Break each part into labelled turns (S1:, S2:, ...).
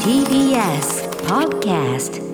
S1: TBS Podcast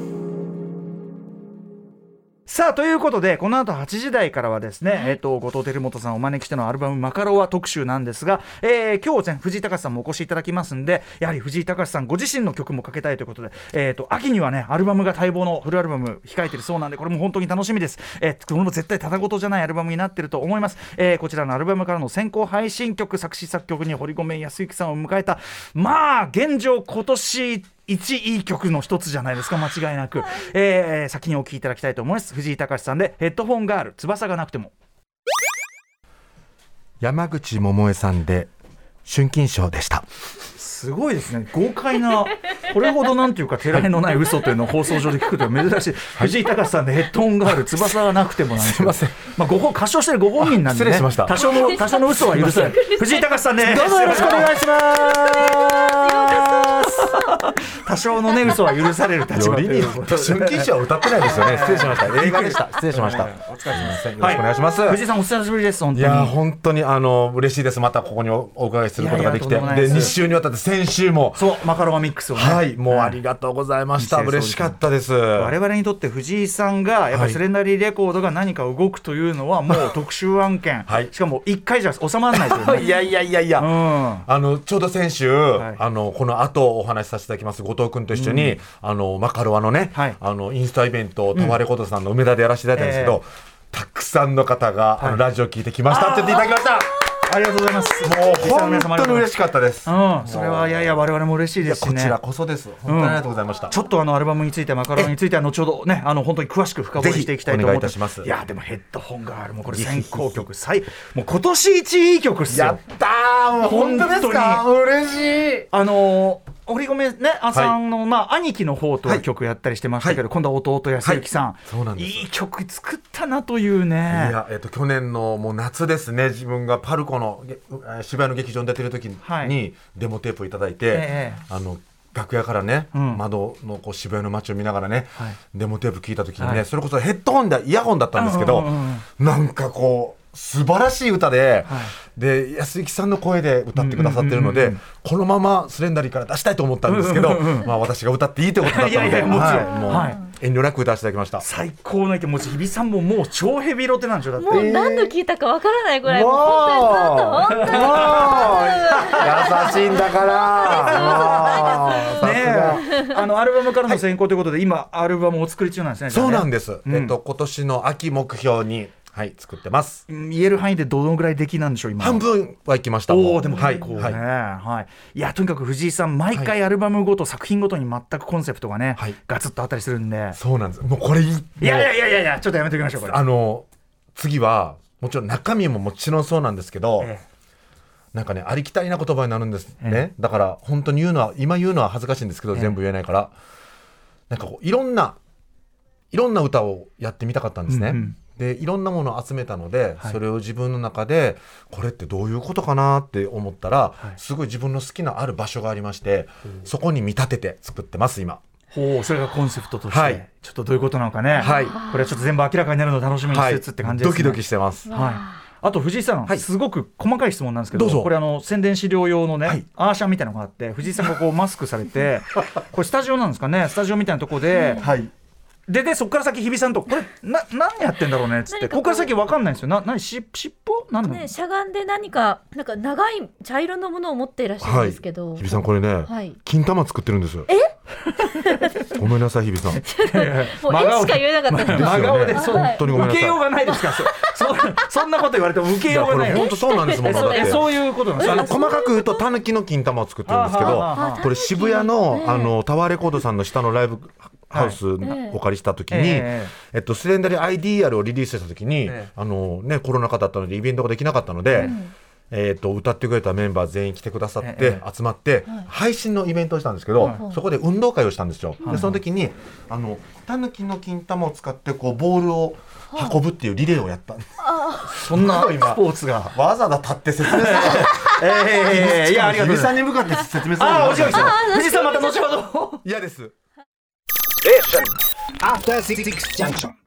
S2: さあということでこの後8時台からはですね、えっと後藤輝元さんをお招きしてのアルバム「マカロワ」特集なんですが、えー、今日前藤井隆さんもお越しいただきますんでやはり藤井隆さんご自身の曲もかけたいということで、えー、と秋にはねアルバムが待望のフルアルバム控えてるそうなんでこれも本当に楽しみです、えー、これも絶対ただごとじゃないアルバムになってると思います、えー、こちらのアルバムからの先行配信曲作詞作曲に堀米康之さんを迎えたまあ現状今年一いい曲の一つじゃないですか間違いなく、えー先にお聴きいただきたいと思います藤井隆さんで「ヘッドフォンガール翼がなくても
S3: 山口百恵さんで春金賞でした」
S2: すごいですね豪快 なこれほどなんていうかてらいのない嘘というのを放送上で聞くというのは珍しい、藤井隆さんで「ヘッドフォンガー ル翼がなくても」なんですけど
S3: すいません
S2: まあ、ご本歌唱してるご本人なんで、ね、
S3: あ失礼しました
S2: 多少 の多少の嘘は許せない藤井隆さんですどうぞよろしくお願いします多少のね嘘は許される立場ということで
S3: 春金賞は歌ってないですよ ね失礼しました映画でした失礼しましたお疲れ様ですよろしくお願いします、
S2: 藤井さんお久しぶりです本
S3: い
S2: 当に
S3: やー本当にあの嬉しいですまたここにおお伺いすることができ
S2: い
S3: て
S2: やいやとんでもないで
S3: です2週にわたって先週も
S2: そうマカロワミックスをね
S3: はいもうありがとうございました、
S2: はい
S3: 嬉しかったです
S2: 我々にとって藤井さんがやっぱ
S3: は
S2: り
S3: い
S2: スレンダリーレコードが何か動くというのはもう特集案件、
S3: はい
S2: しかも1回じゃ収まらないというね
S3: いやいやいやいや、
S2: うん
S3: あのちょうど先週、
S2: い
S3: あのこの後お話しさせていただきます後藤君と一緒に、あのマカロワのね、
S2: はい
S3: あのインスタイベントを泊まれことさんの梅田でやらせていただいたんですけど、
S2: え
S3: たくさんの方が、あのラジオ聞いてきましたって言っていただきました
S2: ありがとうございます
S3: もう
S2: リスナーの皆様あ
S3: 本
S2: りがと
S3: 当に
S2: うございま
S3: 嬉
S2: す
S3: しかったです、
S2: うん、それはいやいや我々も嬉しい
S3: い
S2: で
S3: や
S2: す
S3: こ
S2: しね
S3: ちらこそです本当にありがとうございました、
S2: ちょっとあのアルバムについてマカロニについては後ほどねあの本当に詳しく深掘りしていきたいと思って
S3: ぜひお願いいたします
S2: やでもヘッドホンがあるもうこれ先行曲最もう今年一いい曲っす
S3: や
S2: よ
S3: ったーもう本当ですか嬉しい
S2: あのー堀米ね、あさんの、まあ、兄貴の方とは曲やったりしてましたけど、今度は弟康之さん,、
S3: いそうなんです
S2: いい曲作ったなというね
S3: いや、えっと、去年のもう夏ですね、自分がパルコのげえー渋谷の劇場に出てる時に、
S2: はい
S3: デモテープをいただいて、
S2: ええ
S3: あの楽屋からね、
S2: ん
S3: 窓のこう渋谷の街を見ながらね、
S2: はい
S3: デモテープ聞いた時にね、
S2: はい
S3: それこそヘッドホンでイヤホンだったんですけど、
S2: うんうんうん
S3: なんかこう素晴らしい歌で、
S2: はい
S3: で安幸さんの声で歌ってくださってるので、
S2: うんうんうん
S3: このままスレンダリーから出したいと思ったんですけど、
S2: うんうんうん
S3: まあ、私が歌っていいってことだったので
S2: いやいやもちろん
S3: はいもう
S2: はい
S3: 遠慮なく歌わせていただきました。
S2: 最高の意見もう日比さんももう超ヘビロテなんでしょだって
S4: もう何度聞いたかわからないぐらい、もう本当にずっと本当に
S3: 優しいんだから。
S2: ねえあのアルバムからの選考ということで、今アルバムお作り中なんですね
S3: そうなん
S2: で
S3: です。
S2: うん
S3: えっと今年の秋目標にはい作ってます。
S2: 言える範囲でどのぐらいできなんでしょう今
S3: 半分は行きました。
S2: おおでも
S3: は
S2: 結
S3: い
S2: 構ね、
S3: は
S2: はいいい、やとにかく藤井さん毎回アルバムごと、作品ごとに全くコンセプトがね、
S3: はい
S2: ガツッとあったりするんで
S3: そうなんです。もうこれい
S2: いやいやいやいやいやちょっとやめておきましょうこれ
S3: あの次はもちろん中身ももちろんそうなんですけど。
S2: え
S3: なんかねありきたりな言葉になるんですね、
S2: え
S3: だから本当に言うのは今言うのは恥ずかしいんですけど、
S2: ええ
S3: 全部言えないからなんかこういろんないろんな歌をやってみたかったんですね、
S2: うんうん
S3: でいろんなものを集めたので、
S2: はい
S3: それを自分の中でこれってどういうことかなって思ったら、すごい自分の好きなある場所がありまして、そこに見立てて作ってます今
S2: ほうそれがコンセプトとして、
S3: はい
S2: ちょっとどういうことなのかね、
S3: はい
S2: これはちょっと全部明らかになるのを楽しみにしつつって感じです、ね
S3: ドキドキしてます
S2: はい、あと藤井さん、
S3: はい
S2: すごく細かい質問なんですけど
S3: どうぞ
S2: これあの宣伝資料用のね、
S3: はい
S2: アーシャンみたいなのがあって藤井さんがこうマスクされて これスタジオなんですかねスタジオみたいなとこで、
S3: はい
S2: ででそこから先日比さんと「これな何やってんだろうね」っつって
S4: 何か
S2: こ
S4: こ
S2: こ
S4: う
S2: から先わかんないんですよな何し尻尾なんなの
S4: ね、しゃがんで何か、なんか長い茶色のものを持っていらっしゃるんですけど。
S3: 日比さんこれね、
S4: はい
S3: 金玉作ってるんですよえごめんなさい日比さん
S4: もう絵しか言えなかったです。
S2: 真顔で
S3: です
S2: そう
S4: よね
S3: 本当にごめんな
S2: 受
S3: さい
S2: けようがないですからそそそんなこと言われても受け
S3: いや
S2: よう
S3: こ
S2: がな
S3: れ
S2: い
S3: 本当そうなんですもん
S2: え
S3: だっ
S2: そう
S3: て
S2: えそういうことなんです
S3: あ
S2: よ
S3: の細かく言うとタヌキの金玉を作ってるんですけ
S2: あは
S3: ど
S2: は
S4: あ
S3: これ渋谷のあ、のタワーレコードさんの下のライブハウス
S4: はい
S3: お借りした時
S2: え
S3: に
S2: え
S3: えっとスレンダリー IDR をリリースした時に
S2: ええ
S3: あのねコロナ禍だったのでイベントができなかったので。えっと歌ってくれたメンバー全員来てくださっ
S2: え
S3: て集まって配信のイベントをしたんですけど
S2: は
S3: そこで運動会をしたんですよ
S2: はい
S3: でその時にあのタヌキの金玉を使ってこうボールを運ぶっていうリレーをやった
S2: そんなス
S3: 今
S2: ポーツが。
S3: わざわざ立って説明する
S2: ええいやありがとうございます
S3: んに向かって説明す
S2: ああ、おじさん。藤井さん、また後ほど。
S3: 嫌です。
S5: After Six Junction.